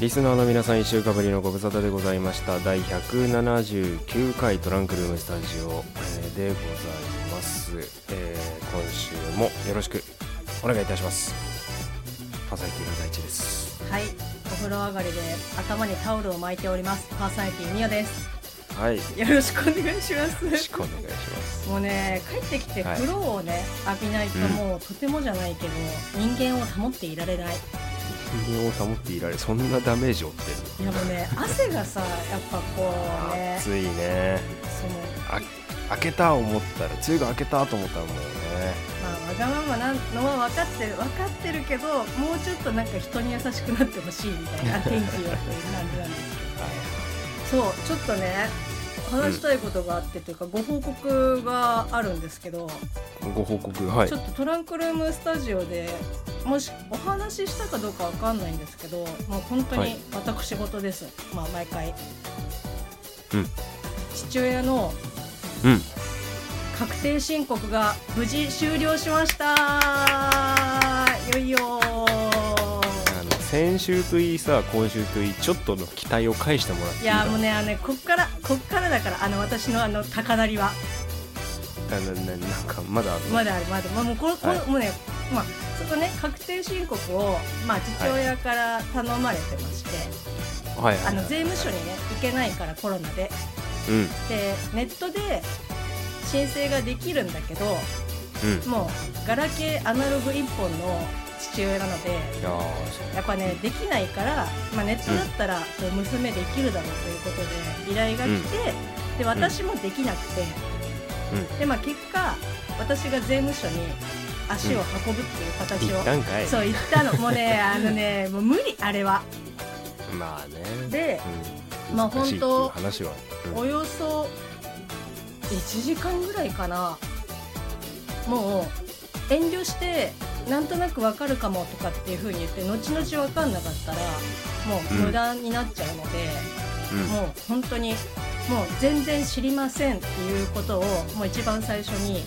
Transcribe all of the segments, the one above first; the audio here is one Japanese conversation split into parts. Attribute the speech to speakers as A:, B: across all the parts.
A: リスナーの皆さん1週間ぶりのご無沙汰でございました第179回トランクルームスタジオえーでございます、えー今週もよろしくお願いいたします朝日平大地です
B: はい、お風呂上がりで頭にタオルを巻いております。パーソナリティミヤです。
A: はいよ
B: よろしくお願いしま
A: ろ し
B: す。
A: くお願いします
B: もうね、帰ってきて
A: はい
B: 風呂をね、浴びないと
A: うん
B: もうとてもじゃないけど、人間を保っていられない。
A: 人間を保っていられそんなダメージを負ってる
B: いやも うね、汗がさ、やっぱこうね、
A: 暑いね
B: その、
A: あ開けた思ったら梅雨が明けたと思ったらもうね
B: まあわがままなのは分かってる、分かってるけど、もうちょっとなんか人に優しくなってほしいみた いな天気をっていう感じなんですけど。そうちょっとね話したいことがあってというか、ご報告があるんですけど、
A: ご報告はい
B: ちょっとトランクルームスタジオでもしお話ししたかどうかわかんないんですけどもう本当
A: は
B: に
A: い
B: 私事です、まあ毎回、
A: うん
B: 父親の
A: うん
B: 確定申告が無事終了しましたよいよー
A: あの先週といいさ今週といいちょっとの期待を返してもらってい
B: い
A: いか
B: やーもうねあのねこっからこっからだからあの私のあの高鳴りは
A: あのななんかまだあるの
B: まだあるまだまあもうこれこれ、
A: はい
B: もうねまあそこね確定申告をまあ父親から頼まれてまして、
A: はいはいはい
B: あの税務署にね行けないからコロナで
A: うんうん
B: でネットで申請ができるんだけどもうガラケーアナログ1本の父親なので
A: いやーそ
B: やっぱねできないから、まあ、ネットだったらこう娘できるだろうということで依頼が来て、で私もできなくて、
A: う
B: でまあ、結果私が税務署に足を運ぶっていう
A: う
B: 形を、
A: 一旦かい
B: そう言ったのもうねあのねもう無理あれは
A: まあね
B: で、
A: うん、
B: まあ
A: 難しいっていう
B: 本当
A: 話は、うん
B: およそ1時間ぐらいかなもう遠慮してなんとなくわかるかもとかっていう風に言って後々わかんなかったらもう無駄になっちゃうので、
A: うん
B: もう本当にもう全然知りませんっていうことをもう一番最初に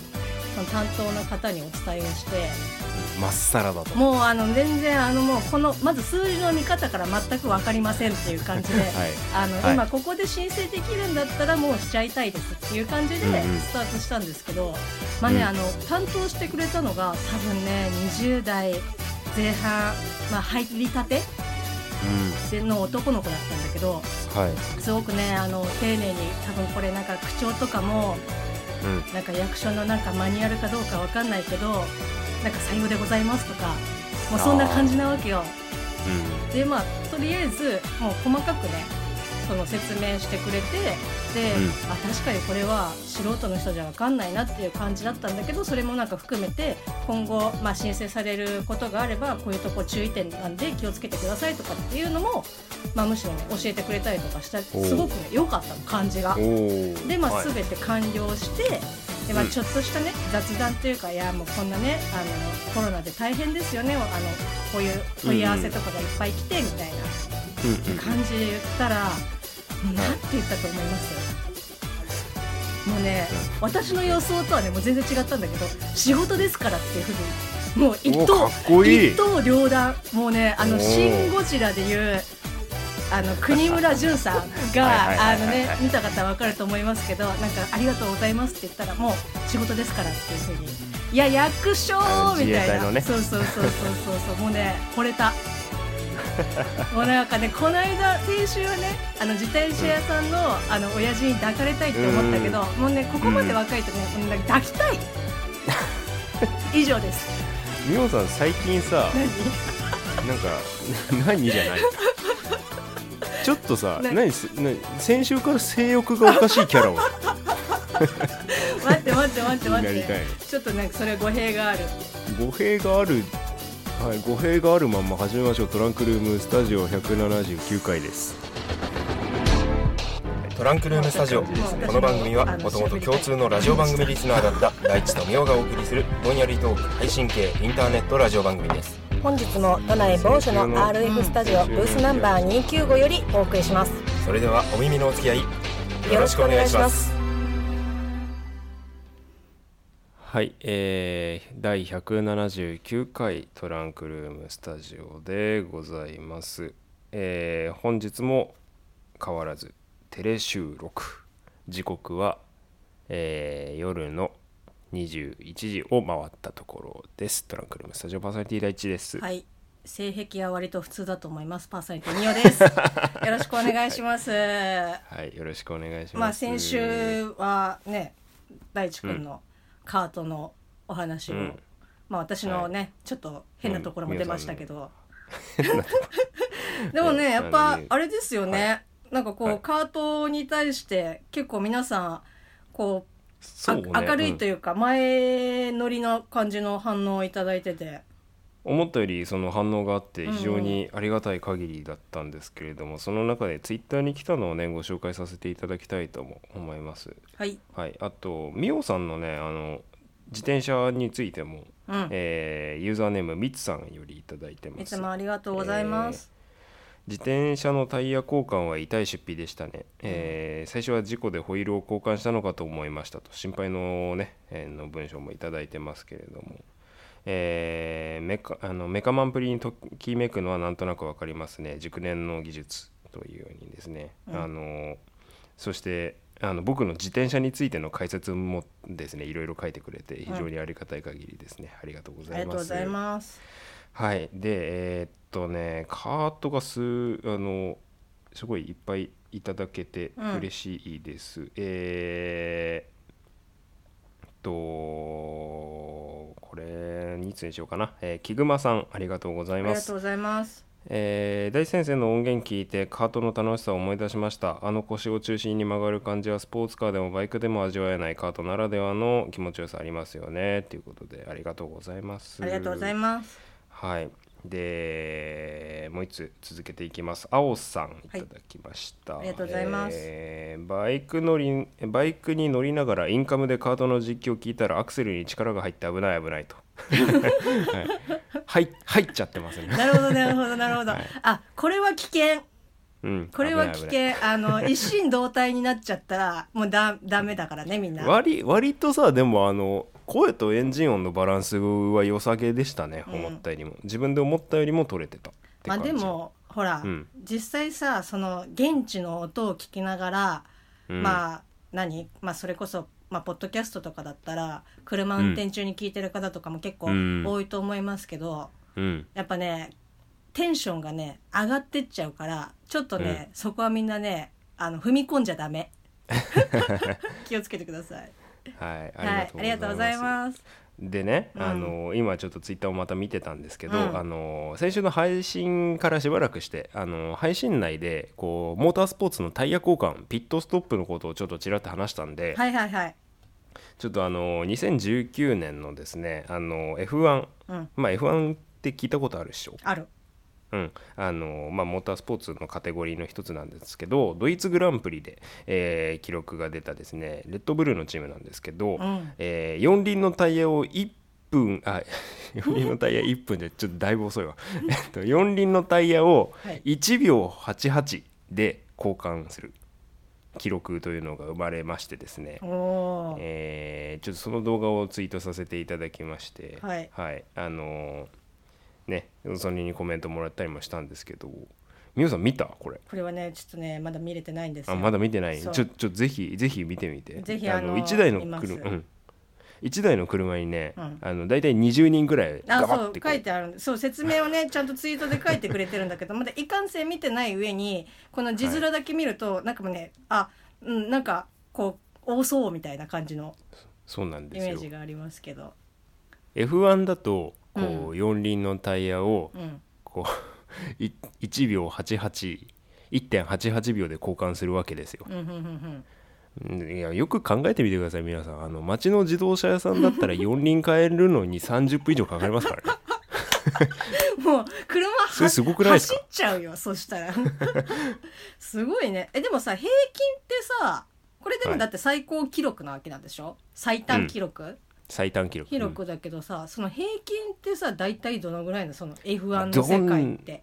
B: その担当の方にお伝えをして。
A: まっさらだと
B: もうあの全然あのもうこのまず数字の見方から全く分かりませんっていう感じで、
A: はい
B: あの
A: はい
B: 今ここで申請できるんだったらもうしちゃいたいですっていう感じで
A: うんうん
B: スタートしたんですけど、まあね
A: うん
B: あの担当してくれたのが多分ね20代前半、まあ、入りたての男の子だったんだけど
A: うんはい
B: すごくねあの丁寧に多分これなんか口調とかも
A: うん
B: なんか役所のなんかマニュアルかどうかわかんないけどなんか採用でございますとかもうそんな感じなわけよでまあとりあえずもう細かくねその説明してくれてで、
A: うん
B: あ確かにこれは素人の人じゃわかんないなっていう感じだったんだけどそれもなんか含めて今後、まあ、申請されることがあればこういうとこ注意点なんで気をつけてくださいとかっていうのも、まあ、むしろね教えてくれたりとかした
A: おう
B: すごくね良かったの感じが。
A: うん、おお
B: でまあ、
A: はい
B: 全て完了して、でまあ、
A: うん
B: ちょっとした、ね雑談というかいやもうこんなねあのコロナで大変ですよねあのこういう問い合わせとかがいっぱい来てみたいな
A: うんうん
B: 感じで言ったら、もうなんて言ったと思いますもうね、私の予想とはねもう全然違ったんだけど仕事ですからっていうふうにもう一
A: おか
B: 刀
A: っこいい
B: 一刀両断もうねあ
A: お
B: の「
A: ー
B: シン・ゴジラ」でいうあの国村淳さん
A: はいはい
B: があ
A: はい
B: の
A: はい
B: ね見た方は分かると思いますけどなんか「ありがとうございます」って言ったらもう仕事ですからっていうふうに「いや役所!」みたい
A: 自衛隊の
B: な、
A: ね
B: そうそうそうそうそうそうもうね惚れ たもうなんかねこの間先週はねあの自転車屋さんの,、あの親父に抱かれたいって思ったけどもうねここまで若いとねもうなんか抱きた い以上です
A: みおさん最近さ
B: 何
A: なんか 何じゃないちょっとさ
B: な
A: 何す何先週から性欲がおかしいキャラを
B: 待って待って待って待
A: やり
B: った
A: い
B: てちょっとなんかそれ語弊がある
A: 語弊があるはい語弊があるまんま始めましょうトランクルームスタジオ179回です
C: トランクルームスタジオこの番組はもともと共通のラジオ番組リスナーだった大地とみおがお送りするぼんやりトーク配信系インターネットラジオ番組です
D: 本日も都内某所の RF スタジオブースナンバー295よりお送りします
C: それではお耳のお付き合いよ
D: よろ
C: ろ
D: し
C: し
D: く
C: く
D: お
C: お
D: 願
C: 願
D: い
C: い
D: し
C: し
D: ま
C: ますす
A: はいえー、第179回トランクルームスタジオでございますえー本日も変わらずテレ収録時刻は、えー夜の21時を回ったところですトランクルームスタジオパーソナリティ第一です、
B: はい性癖は割と普通だと思いますパーソナリティミ オですよろしくお願いします
A: はい、よろしくお願いします。
B: まあ先週はね大地君のカートのお話を、
A: うん
B: まあ私のね、ちょっと変なところも出ましたけど、 でもねやっ
A: あ
B: ぱ
A: のね
B: あれですよね、なんかこう、
A: はい
B: カートに対して結構皆さんこうあ
A: そうね、
B: 明るいと
A: うん
B: いうか前乗りな感じの反応をいただいてて、
A: 思ったよりその反応があって
B: うんうん
A: 非常にありがたい限りだったんですけれども、その中でツイッターに来たのをねご紹介させていただきたいとも思います。
B: はい、
A: はい、あとミオさんのねあの自転車についても、
B: うん、
A: えーユーザーネームみつさんよりいただいてます。
B: いつもありがとうございます。
A: 自転車のタイヤ交換は痛い出費でしたね、えー最初は事故でホイールを交換したのかと思いましたと心配のね、えーの文章もいただいてますけれども、えーメカあのメカマンプリにときめくのはなんとなくわかりますね熟練の技術というようにですね、
B: うん
A: あのそしてあの僕の自転車についての解説もですねいろいろ書いてくれて非常にありがたい限りですね、ありがとうご
B: あ
A: ざ
B: り
A: い
B: がとう
A: ま
B: ご
A: す
B: ざいます。
A: はいでえーっとねカートがすあのすごいいっぱいいただけて
B: うん
A: 嬉しいです、えーっとこれにつにしようかな、えー、キグマさんありがとうござ
B: あ
A: い
B: り
A: ま
B: が
A: す
B: とうございます。
A: えー大地先生の音源聞いてカートの楽しさを思い出しましたあの腰を中心に曲がる感じはスポーツカーでもバイクでも味わえないカートならではの気持ちよさありますよねということでありがとうございます
B: ありがとうございます。
A: はい。で、もう一つ続けていきます。あおさんいただきました。
B: ありがとうございます
A: えーバイク乗りバイクに乗りながらインカムでカートの実況を聞いたらアクセルに力が入って危ない危ない と。はい、はい、入っちゃってます ね。
B: なるほどなるほどなるほど。
A: はい
B: あこれは危険。
A: うん。
B: これは
A: 危
B: 危
A: ない危ない
B: 険あ の一心同体になっちゃったらもうだダメだからねみんな
A: 割割とさでもあの声とエンジン音のバランスは良さげでしたね、
B: うん
A: 思ったよりも自分で思ったよりも取れてたって
B: まあ
A: 感じ
B: でもほら、
A: うん
B: 実際さその現地の音を聞きながら、
A: うん
B: まあ何、まあ、それこそ、まあ、ポッドキャストとかだったら車運転中に聞いてる方とかも結
A: う
B: 構
A: ん
B: 多いと思いますけど、
A: うん
B: やっぱねテンションがね上がってっちゃうからちょっとね、そこはみんなねあの踏み込んじゃダ メ気をつけてください。
A: はい
B: はい、ありがとうございます。
A: でね、
B: うん
A: あの今ちょっとツイッターをまた見てたんですけど、
B: うん
A: あの先週の配信からしばらくしてあの配信内でこうモータースポーツのタイヤ交換ピットストップのことをちょっとちらっと話したんで、
B: はいはいはい。
A: ちょっとあの2019年のですねあの F1
B: うん、
A: まあ F1 って聞いたことあるでしょ
B: ある。
A: うんあのまあ、モータースポーツのカテゴリーの一つなんですけどドイツグランプリで、えー記録が出たですねレッドブルーのチームなんですけど、
B: うん
A: えー四輪のタイヤを1分あ 四輪のタイヤ1分でちょっとだいぶ遅いわえっと四輪のタイヤを
B: はい
A: 1秒88で交換する記録というのが生まれましてですね、
B: おー
A: えーちょっとその動画をツイートさせていただきまして、
B: はい
A: あのーねそれにコメントもらったりもしたんですけど皆さん見たこれ
B: これはねちょっとねまだ見れてないんです
A: あ
B: よ
A: まだ見てないち
B: そ
A: ょ
B: う
A: ちょぜひぜひ見てみて
B: ぜひあの
A: 1台の
B: います
A: 車、うん、1台の車にね、
B: うん
A: あの大体20人ぐらいガ
B: あそ
A: バっ
B: う
A: てこ
B: 書いてあるそう説明を ねちゃんとツイートで書いてくれてるんだけどまだいかんせん見てない上にこの字面だけ見ると、なんかもうねあうんなんかこう多そうみたいな感じの
A: そうなん
B: イ
A: です
B: メー
A: よ
B: ジがありますけど
A: F1 だとこ
B: う
A: う四輪のタイヤを
B: うん
A: こうい1秒881.88秒で交換するわけですよ
B: うんうんうん
A: うんいやよく考えてみてください皆さんあの町の自動車屋さんだったら4輪買えるのに30分以上かかりますから ね
B: うんもう車は
A: それすごくないですか
B: 走っちゃうよそしたら すごいねえでもさ平均ってさこれでもだって最高記録なわけなんでしょ、最短記録、
A: 最短記録
B: 記
A: う
B: 録だけどさ、その平均ってさ大体どのぐらいのその F1
A: ど
B: の
A: ん
B: 世界って
A: ん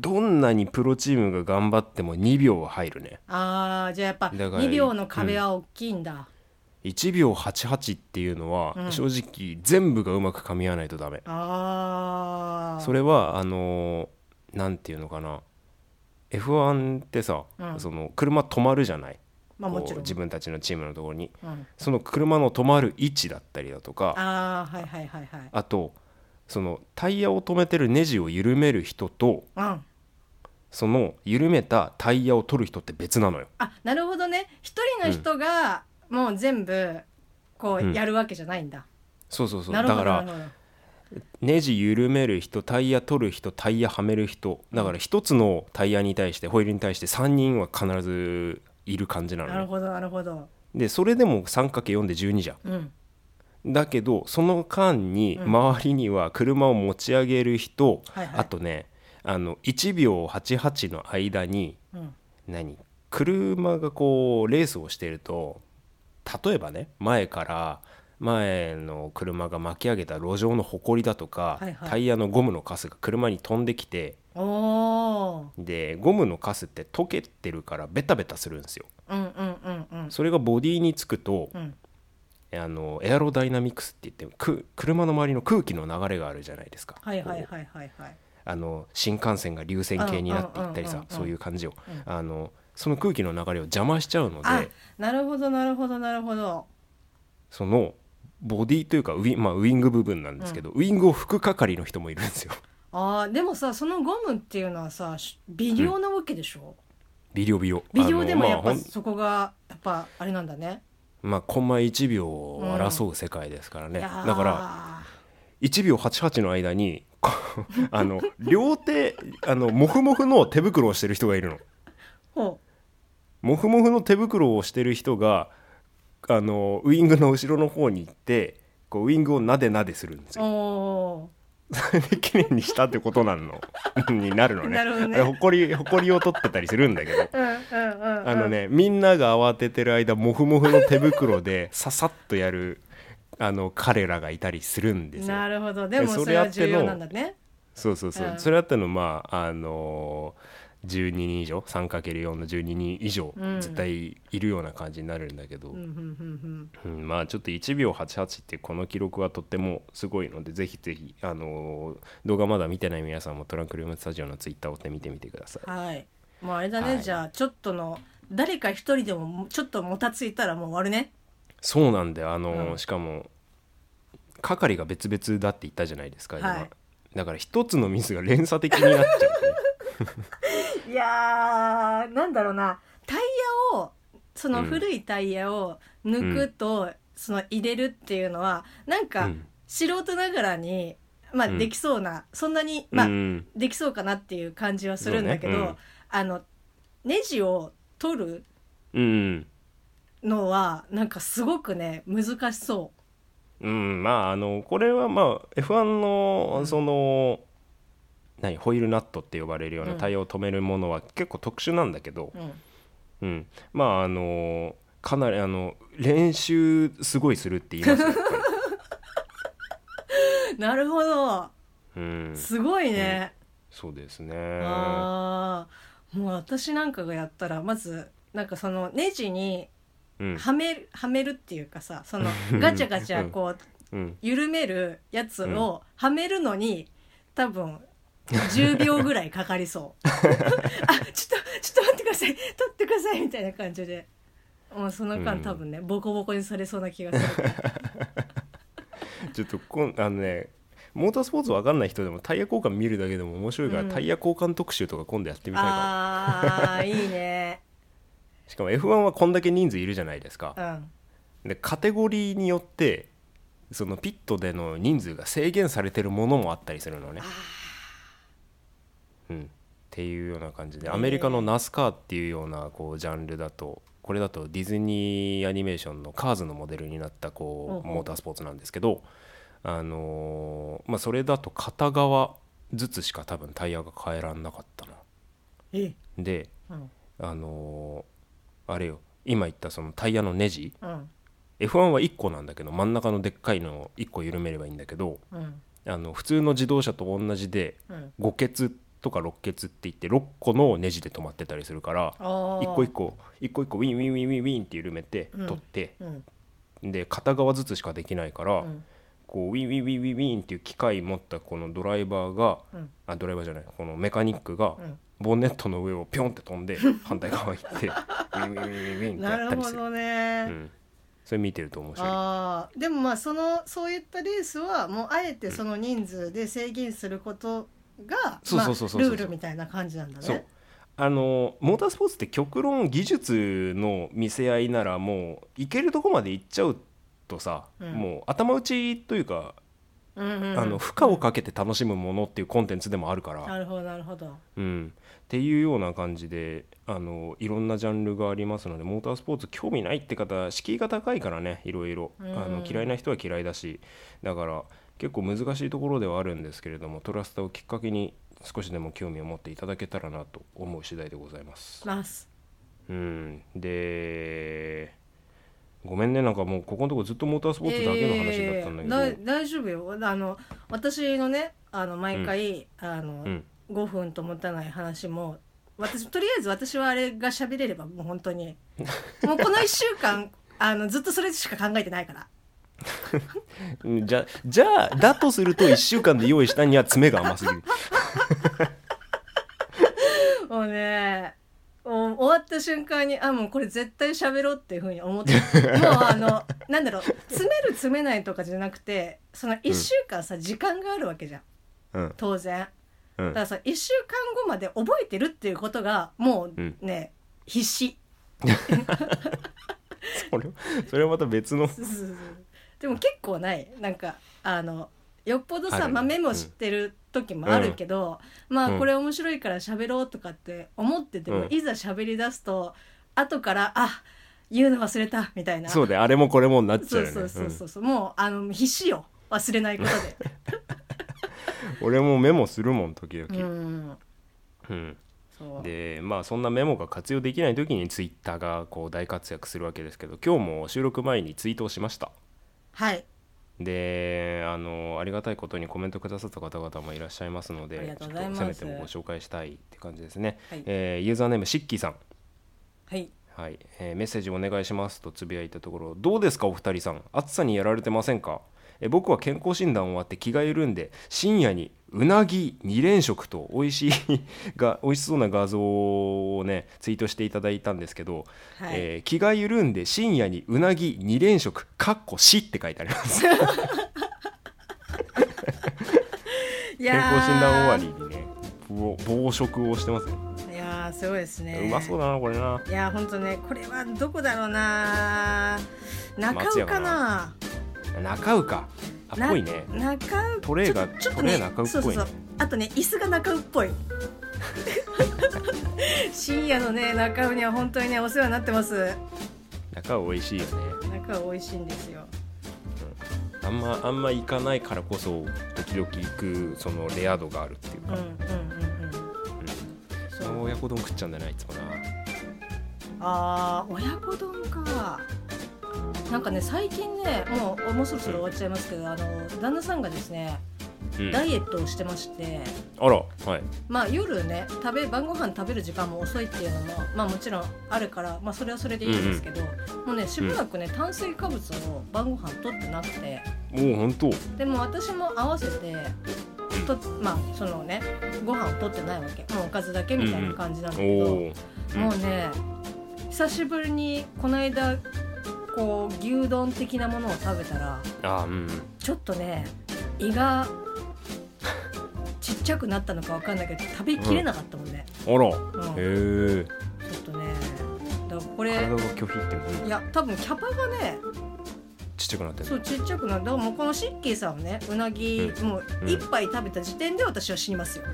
A: どんなにプロチームが頑張っても2秒は入るね
B: あーじゃあやっぱ
A: だから
B: 2秒の壁は大きいんだ、
A: 1秒88っていうのは
B: うん
A: 正直全部がうまく噛み合わないとダメ、
B: ああ
A: それはあのーなんていうのかな F1 ってさ、
B: うん
A: その車止まるじゃない、
B: まあも
A: こ
B: ち
A: う
B: ろん
A: 自分たちのチームのところに
B: うん
A: その車の止まる位置だったりだとか
B: ああはいはいはいはい
A: あとそのタイヤを止めてるネジを緩める人と
B: うん
A: その緩めたタイヤを取る人って別なのよ。
E: あなるほどね一人の人がもう全部こ
A: うん
E: うやるわけじゃないんだ、
A: そうそうそう
E: な
A: だ
E: るほ
A: か
E: どなる
A: ら
E: ほど
A: ネジ緩める人タイヤ取る人タイヤはめる人だから一つのタイヤに対してホイールに対して3人は必ずいる感じなの
E: なる
A: ね
E: ほどなるほど
A: でそれでも 3×4 で12じゃん
B: うん
A: だけどその間に
B: うん
A: 周りには車を持ち上げる人、
B: はいはい
A: あとねあの1秒88の間に
B: うん
A: 何車がこうレースをしてると例えばね前から前の車が巻き上げた路上の埃だとか、
B: はいはい
A: タイヤのゴムのカスが車に飛んできて
B: おお
A: でゴムのカスって溶けてるからベタベタするんですよ。
B: うんうんうんうん
A: それがボディにつくと、
B: うん
A: あのエアロダイナミクスって言ってく車の周りの空気の流れがあるじゃないですか、
B: はいはい
A: こう
B: はいはいはい
A: あの新幹線が流線形になっていったり
B: うんうんうんうん
A: さ
B: うん
A: そういう感じを、
B: うん
A: あのその空気の流れを邪魔しちゃうの
B: あ
A: で
B: なるほどなるほどなるほど
A: そのボディというかウィ,、まあ、ウィング部分なんですけど、ウィングを吹く係の人もいるん ですよ
B: あーでもさそのゴムっていうのはさし微量なわけでしょ、
A: ビリョビリョ
B: 微量でも
A: あの
B: やっ
A: まあほ
B: ぱ
A: ん
B: そこがやっぱあれなんだね、
A: まあコンマ1秒を争う世界ですからね、
B: いやー
A: だから1秒88の間にこう あの両手あのモフモフの手袋をしてる人がいるの
B: ほ
A: モフモフの手袋をしてる人があのウイングの後ろの方に行ってこうウイングをなでなでするんです
B: うお
A: よ
B: お
A: それで 綺麗にしたってことなんの になるのね
B: なるほどね
A: あれほこりほこりを取ってたりするんだけど
B: ーうんうんうん
A: あのねみんなが慌ててる間モフモフの手袋でささっとやるあの彼らがいたりするんですよ
B: なるほどでも
A: それ
B: それは
A: やっての
B: 重要なんだね
A: そうそうそう、
B: うん
A: それあったのまああのー12人以上 3×4 の12人以上
B: うん
A: 絶対いるような感じになるんだけど、
B: うんうんうん
A: うんまあちょっと1秒88ってこの記録はとってもすごいのでぜひぜひ、あのー動画まだ見てない皆さんもトランクルームスタジオのツイッターを追って見てみてください
B: うんはいもうあれだね、
A: はい
B: じゃあちょっとの誰か一人でもちょっともたついたらもう終わるね
A: そうなんだよあのー
B: うん
A: しかも係が別々だって言ったじゃないですか今、
B: はい
A: だから一つのミスが連鎖的になっちゃう、 ね、
B: いやーなんだろうなタイヤをそ
A: う
B: の
A: ん
B: 古いタイヤを抜くと、その入れるっていうのはなんか
A: うん
B: 素人ながらに、まあ
A: うん
B: できそうな、そんなにまあ、
A: うん
B: できそうかなっていう感じはするんだけど、
A: そうねうん
B: あのネジを取る
A: うん
B: のはなんかすごくね難しそ
A: うん、まああのこれはまあ F1 のその、何ホイールナットって呼ばれるような
B: うん
A: タイヤを止めるものは結構特殊なんだけど
B: う、、うん
A: うん、まああのかなりあの練習すごいするって言いますよやっ ぱり
B: なるほど
A: うん、
B: すごいね、
A: そうですね
B: あーもう私なんかがやったらまずなんかそのネジに
A: うん
B: はめるはめるっていうかさそ のガチャガチャこう
A: うん
B: 緩めるやつをはめるのに多分10秒ぐらいかかりそ うあちょっとちょっと待ってください取ってくださいみたいな感じでもうその間
A: うん
B: 多分ね、ボコボコにされそうな気 がする
A: ちょっとこんあのねモータースポーツわかんない人でもタイヤ交換見るだけでも面白いから、
B: うん
A: タイヤ交換特集とか今度やってみたいか
B: あーいいね
A: もしかも F1 はこんだけ人数いるじゃないですか、
B: うん
A: でカテゴリーによってそのピットでの人数が制限されてるものもあったりするのね。うん、っていうような感じでアメリカのナスカーっていうようなこうジャンルだとこれだとディズニーアニメーションの「カーズ」のモデルになった
B: ほう
A: こう
B: ほう
A: モータースポーツなんですけど、あのーまあ、それだと片側ずつしか多分タイヤが変えらんなかったな。
B: え
A: で、
B: うん
A: あのーあれよ今言ったそのタイヤのネジ、
B: うん、
A: F1 は1個なんだけど真ん中のでっかいのを1個緩めればいいんだけど
B: うん
A: あの普通の自動車と同じで
B: うん
A: 5ケツとか6ケツって言って6個のネジで止まってたりするから
B: あ
A: 1個1個1個1個ウィンウィンウィンウィンウィンって緩めて
B: うん
A: 取って
B: うん
A: で片側ずつしかできないから
B: うん
A: こうウィンウィンウィンウィンウィンっていう機械持ったこのドライバーが、
B: うん
A: あドライバーじゃないこのメカニックが
B: うん
A: ボンネットの上をピョンって飛んで反対側行ってウィンウィンウィンウィンウィンって
B: な
A: やった
B: る
A: り
B: ほ
A: する
B: ど
A: う
B: ね、
A: ん、それ見てると面白い
B: ああでもまあそのそういったレースはもうあえてその人数で制限することが、
A: そうそうそうそうそう
B: まあルールみたいな感じなんだね
A: そうあのモータースポーツって極論技術の見せ合いならもう行けるとこまで行っちゃうとさ、
B: うん
A: もう頭打ちというか、
B: うんうんうん
A: あの負荷をかけて楽しむものっていうコンテンツでもあるから、
B: なるほどなるほど
A: うん、っていうような感じであのいろんなジャンルがありますのでモータースポーツ興味ないって方敷居が高いからねいろいろ、
B: うん
A: あの嫌いな人は嫌いだしだから結構難しいところではあるんですけれどもトラスタをきっかけに少しでも興味を持っていただけたらなと思う次第でございます。
B: ます
A: うん、でごめんねなんかもうここのとこずっとモータースポーツだけの話だったんだけど、
B: えー大丈夫よあの私のねあの毎回、あの、
A: うん
B: 5分と持たない話も私とりあえず私はあれが喋れればもう本当にもうこの1週間あのずっとそれしか考えてないから
A: うんじゃじゃあだとすると1週間で用意したには詰めが甘すぎる
B: もうねもう終わった瞬間にあもうこれ絶対喋ろうっていうふうに思 ってもうあのなんだろう詰める詰めないとかじゃなくてその1週間さ、時間があるわけじゃん
A: うん
B: 当然
A: う
B: だ
A: ん
B: からさ1週間後まで覚えてるっていうことがもう
A: うん
B: ね、必死
A: それそれはまた別の
B: そうそうそうでも結構ないなんかあのよっぽど
A: あ
B: さ、
A: るね
B: まあ、メモ知ってる時もあるけど、まあ
A: うん
B: これ面白いから喋ろうとかって思ってても、
A: うん
B: いざ喋り出すと後からあ言うの忘れたみたいな
A: そうであれもこれもになっち
B: そ
A: ゃう
B: う
A: よね
B: そうそう
A: う
B: そ
A: ん
B: うそうもうあの必死よ忘れないこと
A: 俺もメモするもん時々、
B: でうん
A: うん
B: そう
A: でまあそんなメモが活用できない時にツイッターがこう大活躍するわけですけど今日も収録前にツイートをしました
B: はい
A: であのありがたいことにコメントくださった方々もいらっしゃいますの
B: あり
A: で
B: が
A: ちょ
B: とう
A: っと
B: ございます
A: せめてもご紹介したいって感じですね、
B: はい
A: えーユーザーネームシッキーさん、
B: はい
A: はいえーメッセージお願いしますとつぶやいたところどうですかお二人さん暑さにやられてませんかえー僕は健康診断終わって気が緩んで深夜にうなぎ2連食と美味しい が美味しそうな画像をねツイートしていただいたんですけど、
B: はい、
A: えー気が緩んで深夜にうなぎ2連食かっこ死って書いてあります
B: い
A: 健
B: やー
A: 康診断終わりにね暴暴食をしてますね、
B: いやーすごいですね
A: うまそうだなこれない
B: や本当ねこれはどこだろうな中
A: 松
B: 尾
A: 屋か
B: かな
A: 中尾かあっぽいね
B: な中尾
A: トレイが
B: ちょっとちょっと
A: トレイ
B: ね
A: 中尾っぽいね
B: そうそうそうあとね椅子が中尾っぽい 深夜のね中尾には本当にねお世話になってます
A: 中尾美味しいよね
B: 中尾美味しいんですよ
A: あんまあんま行かないからこそ時々行くそのレア度があるっていう
B: うん
A: か、
B: うんうんうんそ
A: うん
B: う
A: 親子丼食っちゃうんだよないつもな
B: あー親子丼かなんかね最近ねもうもうそろそろ終わっちゃいますけど、あの旦那さんがですね
A: うん
B: ダイエットをしてまして、
A: あらはい
B: まあ、夜ね食べ晩ご飯食べる時間も遅いっていうのも、まあ、もちろんあるから、まあ、それはそれでいいんですけど、もうねしばらくね炭水化物を晩ご飯取ってなくて
A: もう本当
B: でも私も合わせてとまあそのねご飯を取ってないわけもうおかずだけみたいな感じなん
A: お
B: だけど、
A: おーうん
B: もうね久しぶりにこの間こう牛丼的なものを食べたら
A: あーうん
B: ちょっとね胃がちっちゃくなったのかわかんないけど食べきれなかったもんね。
A: あ
B: うん
A: らへえ
B: ちょっとねだからこれ
A: 体が拒否ってうん
B: いや多分キャパがね
A: ちっちゃくなって
B: そ
A: る
B: うちっちゃくなるだからもうこのシッキーさんはねうなぎ、
A: う
B: もう
A: うん
B: 一杯食べた時点で私は死 にますよ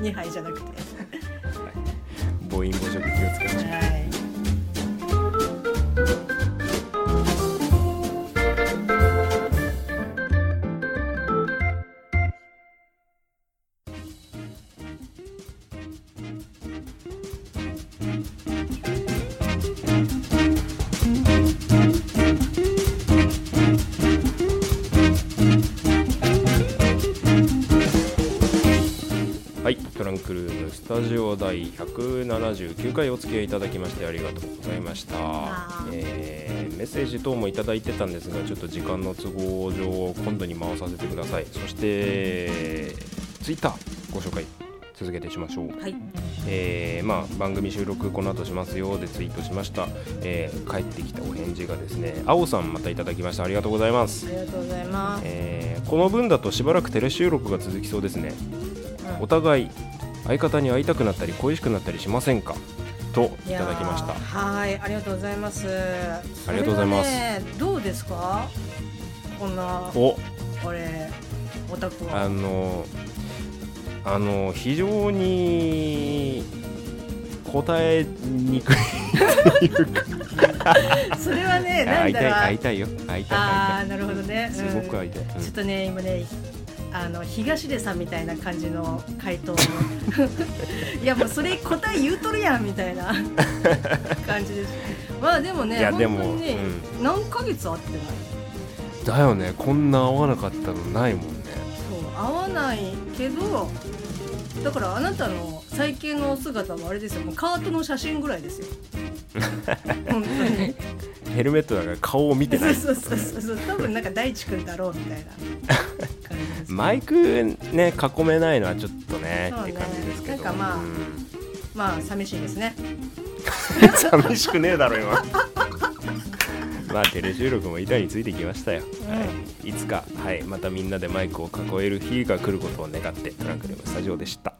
B: 二杯じゃなくて
A: 暴飲暴食気をつけましょう
B: はい
A: ははい、トランクルームスタジオ第179回お付き合いいただきましてありがとうございました
B: あー、
A: えーメッセージ等もいただいてたんですがちょっと時間の都合上今度に回させてくださいそしてツイッターご紹介続けてしましょう
B: はい
A: えーまあ、番組収録この後しますよでツイートしました、えー帰ってきたお返事がですね青さんまたいただきましたありがとうございます、
B: ありがとうございます、
A: えーこの分だとしばらくテレ収録が続きそうですね
B: うん
A: お互い相方に会いたくなったり恋しくなったりしませんかといただきまし
B: やーはいありがとうございます
A: ありがとうございます
B: それはねどうですかこんな
A: たお
B: これオタク
A: あ
B: は
A: のあの非常に答えにくい
B: それはねな
A: 会
B: ん
A: いたい
B: だ
A: 会
B: ろ
A: いうたいよ会いたい
B: あ
A: 会
B: あ
A: い
B: なるほどね
A: たい
B: うん
A: すごく会いたい、うん
B: ちょっとね今ねあの東出さんみたいな感じの回 答をいやもうそれ答え言うとるやんみたいな感じですまあでもね
A: いや
B: 本
A: で
B: 当
A: も
B: にね、何ヶ月会ってな
A: だ
B: い
A: よねこんな合わなかったのないもんね
B: そう合わないけどだからあなたの最近のお姿はあれですよもうカートの写真ぐらいですよ 本当に
A: ヘルメットだから顔を見てな
B: そう
A: い
B: そうそうそうそう多分なんか大地君だろうみたいな感じで す、
A: マイクね囲めないのはちょっとね
B: そう
A: っ
B: ね
A: て感じですけど
B: なんかまあ
A: うん
B: まあ寂しいですね
A: 寂しくねえだろ今 まあテレ収録も板についてきましたよ、はい、いつか、はい、またみんなでマイクを囲える日が来ることを願ってトランクルームスタジオでした